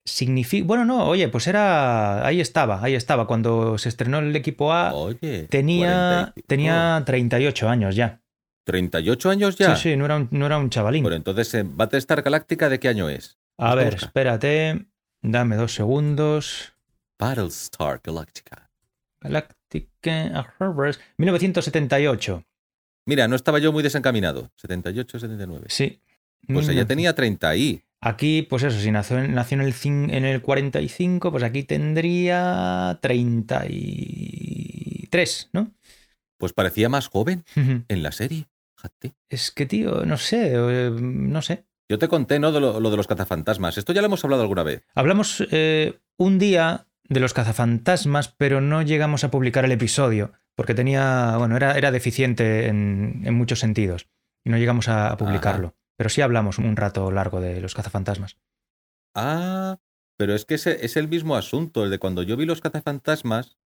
Significa, bueno, no, oye, pues era, ahí estaba, ahí estaba, cuando se estrenó el equipo A.
Ah. Oh, Oye.
Tenía,
45.
tenía 38 años ya.
38 años ya.
Sí, sí, no era un, no era un chavalín.
Bueno, entonces, ¿en Battlestar Galactica de qué año es?
A
Busca,
ver,
busca.
espérate. Dame dos segundos.
Battlestar Galactica.
Galactic eh, Harvest. 1978.
Mira, no estaba yo muy desencaminado. 78, 79.
Sí.
Pues ella
Mm.
tenía 30 y.
Aquí, pues eso, si nació, en- nació en, el, cin- en el 45, pues aquí tendría 33, ¿no?
Pues parecía más joven en la serie. Fíjate.
Es que, tío, no sé, eh, no sé.
Yo te conté, ¿no? De lo, lo de los cazafantasmas. Esto ya lo hemos hablado alguna vez.
Hablamos eh, un día de los cazafantasmas, pero no llegamos a publicar el episodio, porque tenía, bueno, era, era deficiente en, en muchos sentidos, y no llegamos a, a publicarlo. Pero sí hablamos un rato largo de los cazafantasmas.
Ah, pero es que ese- es el mismo asunto, el de cuando yo vi los cazafantasmas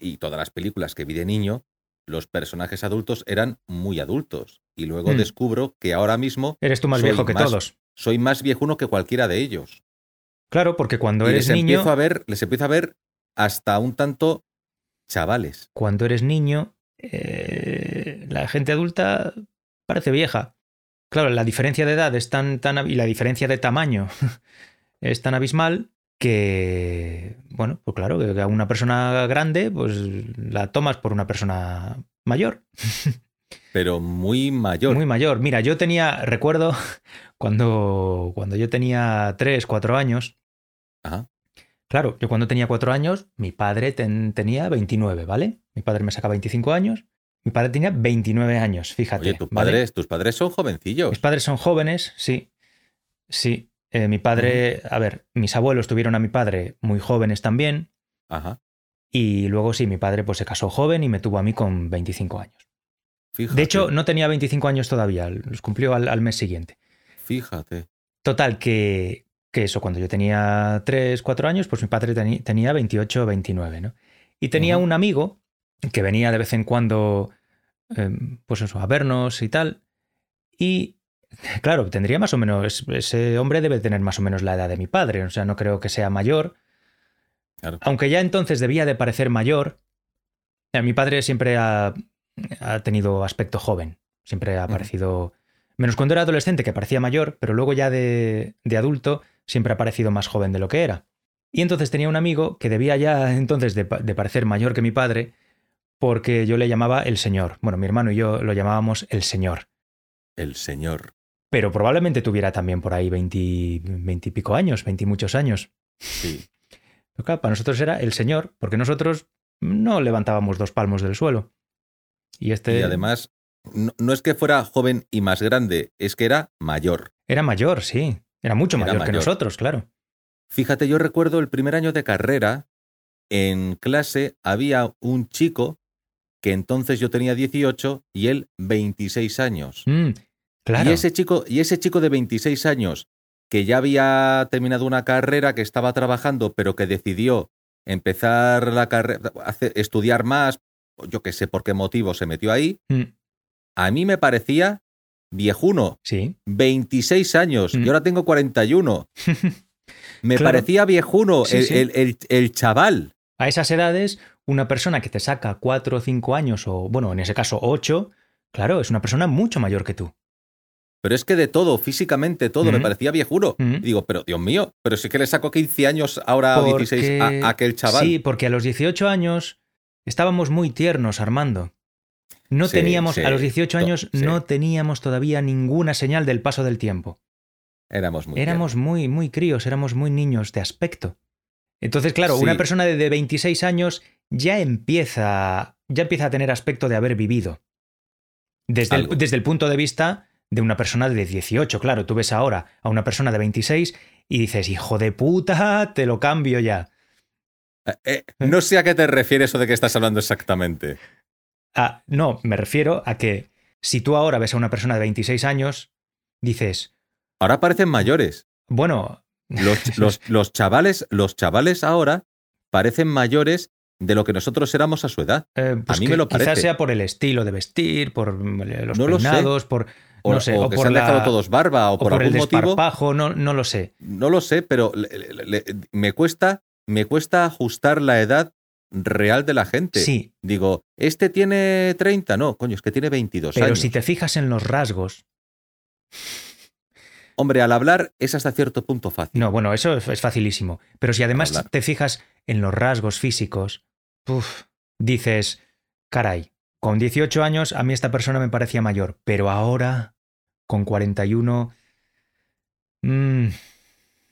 y todas las películas que vi de niño, los personajes adultos eran muy adultos. Y luego
Mm.
descubro que ahora mismo
Eres tú más
Soy
viejo que
más-
todos.
soy más viejuno que cualquiera de ellos.
Claro, porque cuando
y
eres
les
niño,
empiezo a ver, les empiezo a ver hasta un tanto chavales.
cuando eres niño, eh, la gente adulta parece vieja. Claro, la diferencia de edad es tan, tan ab- y la diferencia de tamaño es tan abismal que, bueno, pues claro, que a una persona grande, pues la tomas por una persona mayor,
Pero muy mayor.
muy mayor. Mira, yo tenía, recuerdo, cuando, cuando yo tenía 3, 4 años,
Ajá.
Claro, yo cuando tenía cuatro años, mi padre ten- tenía 29, ¿vale? Mi padre me saca 25 años Mi padre tenía 29 años, fíjate.
Oye, tus
¿vale?
padres, tus padres son jovencillos.
Mis padres son jóvenes, sí. Sí. Eh, mi padre, a ver, mis abuelos tuvieron a mi padre muy jóvenes también.
Ajá.
Y luego sí, mi padre pues se casó joven y me tuvo a mí con 25 años.
Fíjate.
De hecho, no tenía 25 años todavía, los cumplió al, al mes siguiente.
fíjate.
Total, que, que eso, cuando yo tenía 3, 4 años, pues mi padre teni- tenía 28 o 29, ¿no? Y tenía
Ujú.
un amigo que venía de vez en cuando, em, pues eso, a vernos y tal. Y, claro, tendría más o menos, ese hombre debe tener más o menos la edad de mi padre, o sea, no creo que sea mayor.
Claro.
Aunque ya entonces debía de parecer mayor, eh, mi padre siempre ha, ha tenido aspecto joven, siempre ha
Ujú.
parecido, menos cuando era adolescente que parecía mayor, pero luego ya de, de adulto siempre ha parecido más joven de lo que era. Y entonces tenía un amigo que debía ya entonces de, pa- de parecer mayor que mi padre, porque yo le llamaba el señor. Bueno, mi hermano y yo lo llamábamos el señor
El señor.
pero probablemente tuviera también por ahí 20, 20 y pico años, 20 y muchos años.
Sí.
Pero claro, para nosotros era el señor, porque nosotros no levantábamos dos palmos del suelo. Y este
Y además, no, no es que fuera joven y más grande, es que era mayor.
era mayor, sí. Era mucho
Era
mayor que
mayor.
nosotros, claro.
Fíjate, yo recuerdo el primer año de carrera, en clase había un chico que entonces yo tenía 18 y él 26 años.
Mm, claro.
Y ese chico, y ese chico de 26 años que ya había terminado una carrera, que estaba trabajando, pero que decidió empezar la carrera, hace- estudiar más, yo qué sé por qué motivo se metió ahí,
Mm,
a mí me parecía viejuno,
sí.
26 años,
Mm.
y ahora tengo 41. Me
Claro.
parecía viejuno
Sí,
el,
sí.
el- el- el chaval.
A esas edades, una persona que te saca cuatro o cinco años, o bueno, en ese caso ocho, claro, es una persona mucho mayor que tú.
Pero es que de todo, físicamente todo, me
Mm.
parecía viejuno.
Mm.
Y digo, pero Dios mío, pero sí que le saco 15 años ahora o 16
Porque-
a, a aquel chaval.
Sí, porque a los 18 años estábamos muy tiernos, Armando. No
Sí,
teníamos,
sí,
a los 18
to-
años
sí.
no teníamos todavía ninguna señal del paso del tiempo.
Éramos muy
éramos muy, muy críos, éramos muy niños de aspecto. Entonces, claro,
Sí.
una persona de, de 26 años ya empieza, ya empieza a tener aspecto de haber vivido. Desde el,
Algo.
desde el punto de vista de una persona de 18, claro, tú ves ahora a una persona de 26 y dices, hijo de puta, te lo cambio ya.
Eh, no sé a qué te refieres o de qué estás hablando exactamente.
Ah, no, me refiero a que si tú ahora ves a una persona de 26 años, dices,
Ahora parecen mayores.
bueno,
Los, los- los chavales, los chavales ahora parecen mayores de lo que nosotros éramos a su edad.
eh, pues
mí
que
me lo
quizás
parece.
sea por el estilo de vestir, por mm, los
No lo sé.
peinados, por,
O,
No sé,
o
o
que
por
se han
la-
dejado todos barba o,
o por el
algún motivo.
desparpajo, no, no lo sé.
No lo sé, pero le- le- le- me, cuesta, me cuesta ajustar la edad real de la gente.
Sí,
Digo, este tiene 30, no, coño, es que tiene 22
pero
años.
si te fijas en los rasgos,
Hombre, al hablar es hasta cierto punto fácil.
no, bueno, eso es, es facilísimo, pero si además
Hablar.
te fijas en los rasgos físicos, uf, dices, caray, con 18 años a mí esta persona me parecía mayor, pero ahora, con 41, mm,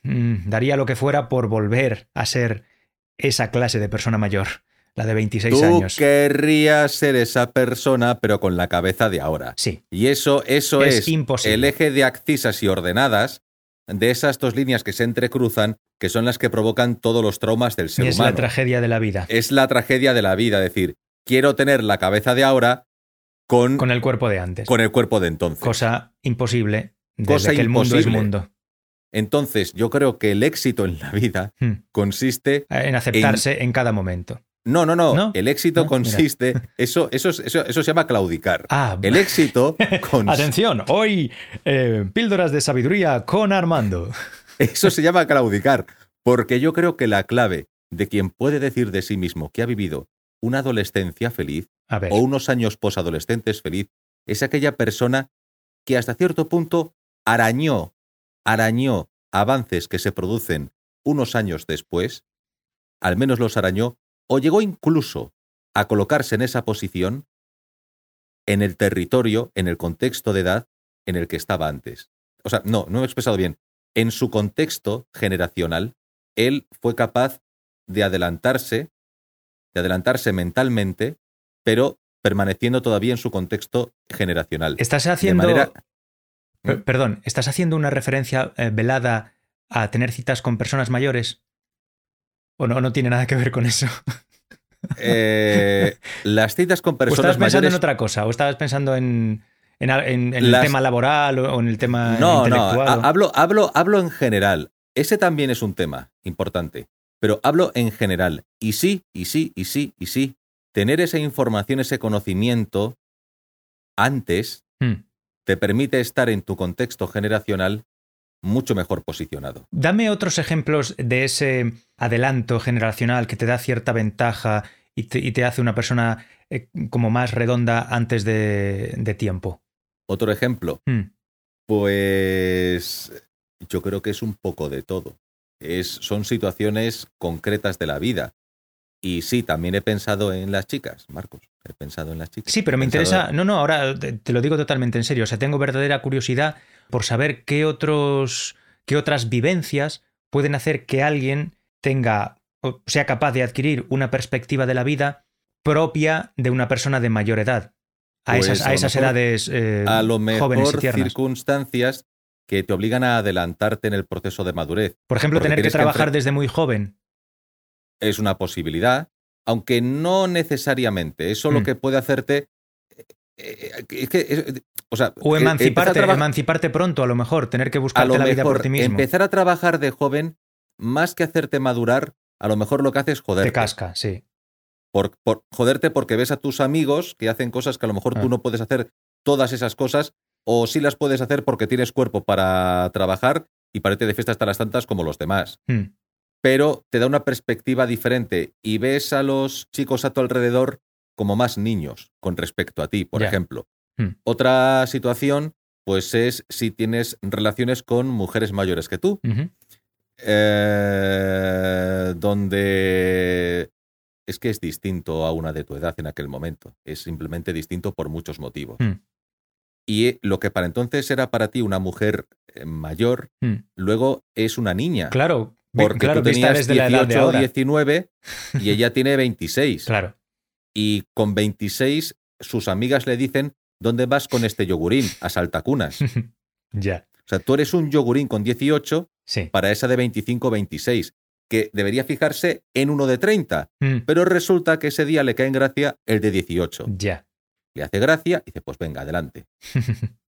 mm, daría lo que fuera por volver a ser esa clase de persona mayor, la de 26
Tú
años.
querrías ser esa persona, pero con la cabeza de ahora.
Sí,
Y eso, eso
es,
es,
imposible.
el eje de abscisas y ordenadas de esas dos líneas que se entrecruzan, que son las que provocan todos los traumas del ser
es
humano.
la tragedia de la vida,
es la tragedia de la vida, decir, quiero tener la cabeza de ahora con, con,
con el cuerpo de antes.
el cuerpo de entonces.
Cosa imposible desde
Cosa
que el
imposible.
mundo es mundo.
Entonces, yo creo que el éxito en la vida
Hmm.
consiste...
En aceptarse en cada momento.
No, no, no,
¿No?
el éxito
No, mira.
consiste... Eso, eso, es- eso, eso se llama claudicar.
Ah,
El éxito consiste...
Atención, hoy eh, píldoras de sabiduría con Armando.
Eso se llama claudicar, porque yo creo que la clave de quien puede decir de sí mismo que ha vivido una adolescencia feliz
A ver,
o unos años posadolescentes feliz es aquella persona que hasta cierto punto arañó, arañó avances que se producen unos años después, al menos los arañó, o llegó incluso a colocarse en esa posición en el territorio, en el contexto de edad en el que estaba antes. O sea, no, no me he expresado bien. En su contexto generacional, él fue capaz de adelantarse, de adelantarse mentalmente, pero permaneciendo todavía en su contexto generacional.
Estás haciendo.
De manera-
Per- Perdón, estás haciendo una referencia eh, velada a tener citas con personas mayores. O no, no tiene nada que ver con eso.
Eh, las citas con
o estabas
personas
pensando
mayores.
en otra cosa, o estabas pensando en, en al- en- en
Las-
el tema laboral o o en Ah, el tema
No, no,
intelectual.
ha- hablo, hablo, hablo en general. Ese también es un tema importante, pero hablo en general. Y sí, y sí, y sí, y sí. Tener esa información, ese conocimiento antes
Mm.
te permite estar en tu contexto generacional mucho mejor posicionado.
Dame otros ejemplos de ese adelanto generacional que te da cierta ventaja y te, y te hace una persona eh, como más redonda antes de, de tiempo.
Otro ejemplo,
Mm.
pues yo creo que es un poco de todo. Es, son situaciones concretas de la vida. Y sí, también he pensado en las chicas, Marcos. He pensado en las chicas.
Sí, pero me
He pensado
interesa. No, no, ahora te, te lo digo totalmente en serio. O sea, tengo verdadera curiosidad por saber qué otros. qué otras vivencias pueden hacer que alguien tenga. o sea capaz de adquirir una perspectiva de la vida propia de una persona de mayor edad. A
Pues,
esas,
a
a
lo
esas
mejor-
edades eh,
a lo
jóvenes y
mejor
tiernas.
circunstancias que te obligan a adelantarte en el proceso de madurez.
Por ejemplo,
porque
tener que
tienes que
trabajar
entre-
desde muy joven.
Es una posibilidad, aunque no necesariamente. Eso lo
Mm.
que puede hacerte eh, eh, es que, es- o sea,
O
eh, empezar a
emanciparte,
traba-
emanciparte pronto, a lo mejor, tener que
a
buscarte
lo
la vida por
mejor
ti mismo.
empezar a trabajar de joven más que hacerte madurar, a lo mejor lo que hace es
Te
joderte.
casca, sí.
Por, por- joderte porque ves a tus amigos que hacen cosas que a lo mejor
Ah.
tú no puedes hacer todas esas cosas o sí las puedes hacer porque tienes cuerpo para trabajar y para irte de fiesta hasta las tantas como los demás.
Mm.
pero te da una perspectiva diferente y ves a los chicos a tu alrededor como más niños con respecto a ti, por
Ya.
ejemplo.
Hmm.
Otra situación, pues es si tienes relaciones con mujeres mayores que tú,
Ujú.
eh, donde es que es distinto a una de tu edad en aquel momento, es simplemente distinto por muchos motivos.
Hmm.
Y eh, lo que para entonces era para ti una mujer eh, mayor,
Mm.
luego es una niña.
Claro, vi-
Ah, Porque
claro,
tú
vista
tenías
desde la edad de
18 o
ahora.
19 y ella tiene 26.
Claro.
Y con 26 sus amigas le dicen, ¿dónde vas con este yogurín? A
Hmm.
saltacunas. O
ya,
sea, tú eres un yogurín con 18
sí.
para esa de 25 o 26, que debería fijarse en uno de 30.
Mm,
Pero resulta que ese día le cae en gracia el de 18.
Ya.
Le hace gracia y dice, pues venga, adelante.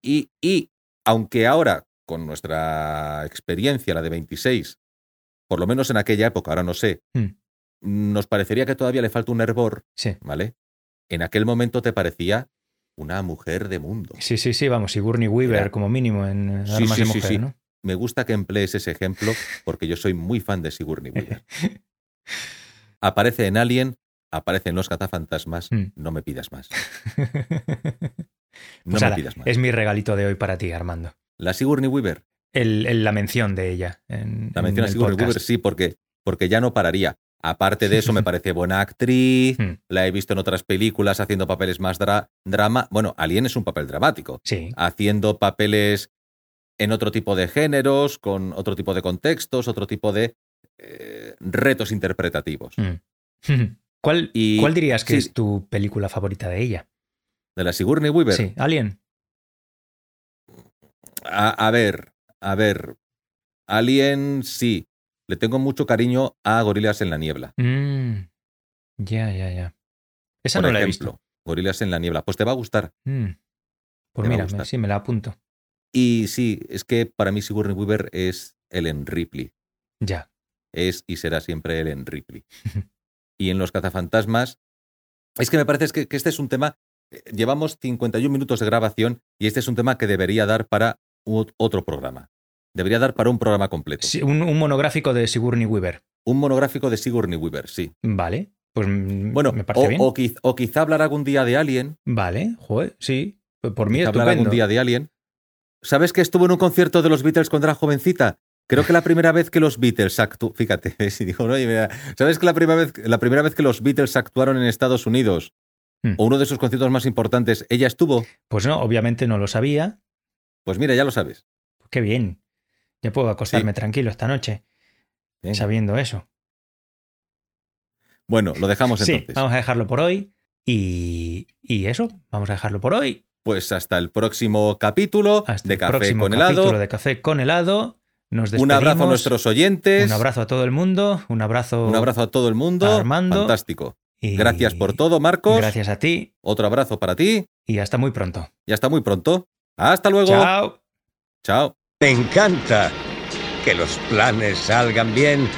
Y, y, aunque ahora, con nuestra experiencia, la de 26, por lo menos en aquella época, ahora no sé,
Mm.
nos parecería que todavía le falta un hervor,
sí.
¿vale? En aquel momento te parecía una mujer de mundo.
Sí, sí, sí, vamos, Sigourney Weaver
Era-
como mínimo en eh,
Sí,
Armas
sí,
de
sí,
Mujer,
sí.
¿no?
Me gusta que emplees ese ejemplo porque yo soy muy fan de Sigourney Weaver. Aparece en Alien, aparece en Los Cazafantasmas,
Mm.
no me pidas más. No
Pues
me
ala,
pidas más.
es mi regalito de hoy para ti, Armando.
La Sigourney Weaver,
El- el- la mención de ella. En,
La
en
menciona
el
Sigourney
podcast.
Weaver, sí, porque, porque ya no pararía. Aparte de eso, me parece buena actriz,
Hmm.
la he visto en otras películas haciendo papeles más dra- drama. Bueno, Alien es un papel dramático,
Sí.
haciendo papeles en otro tipo de géneros, con otro tipo de contextos, otro tipo de eh, retos interpretativos.
Mm. ¿Cuál,
Y-
¿Cuál dirías que
sí.
es tu película favorita de ella?
De la Sigourney Weaver,
Sí, Alien.
a, a ver, a ver, Alien sí, le tengo mucho cariño a Gorilas en la Niebla.
Mm. Ya, ya, ya. Esa
Por
no la he
ejemplo,
visto.
Gorilas en la Niebla. Pues te va a gustar.
Mm.
Te
Pues
va a
mira, me-
gustar.
sí, me la apunto.
Y sí, es que para mí Sigourney Weaver es Ellen Ripley.
Ya.
Es y será siempre Ellen Ripley. y en Los Cazafantasmas, es que me parece que, que este es un tema. eh, Llevamos 51 minutos de grabación y este es un tema que debería dar para u- otro programa. Debería dar para un programa completo.
Sí, un, un monográfico de Sigourney Weaver.
Un monográfico de Sigourney Weaver, sí.
Vale. Pues mm,
Bueno,
me parece
o,
bien.
o quiz- o quizá hablar algún día de Alien.
Vale, joder, sí. Pues Por mí
quizá hablar algún
estupendo.
día de Alien. ¿Sabes que estuvo en un concierto de los Beatles cuando era jovencita? Creo que la primera vez que los Beatles actuaron. Fíjate, si digo, "Oye, mira, ¿sabes que la primera, vez, la primera vez que los Beatles actuaron en Estados Unidos?
Hmm.
O uno de sus conciertos más importantes, ella estuvo.
Pues no, obviamente no lo sabía.
Pues mira, ya lo sabes.
Qué bien. Ya puedo acostarme tranquilo esta noche
Venga.
sabiendo eso.
¿eh? Bueno, lo dejamos
sí,
entonces.
vamos a dejarlo por hoy. Y, y eso, vamos a dejarlo por hoy.
Pues hasta el próximo capítulo
Hasta
de
el
Café
próximo
con
capítulo
helado.
de Café con helado.
Un
Nos despedimos.
abrazo a nuestros oyentes.
Un abrazo a todo el mundo. Un abrazo.
Pues, Un abrazo a todo el mundo.
a Armando.
Fantástico.
y-
Gracias por todo, Marcos.
Gracias a ti
Otro abrazo para ti.
y hasta muy pronto.
Y hasta muy pronto. Hasta luego.
Chao.
Chao.
Me encanta que los planes salgan bien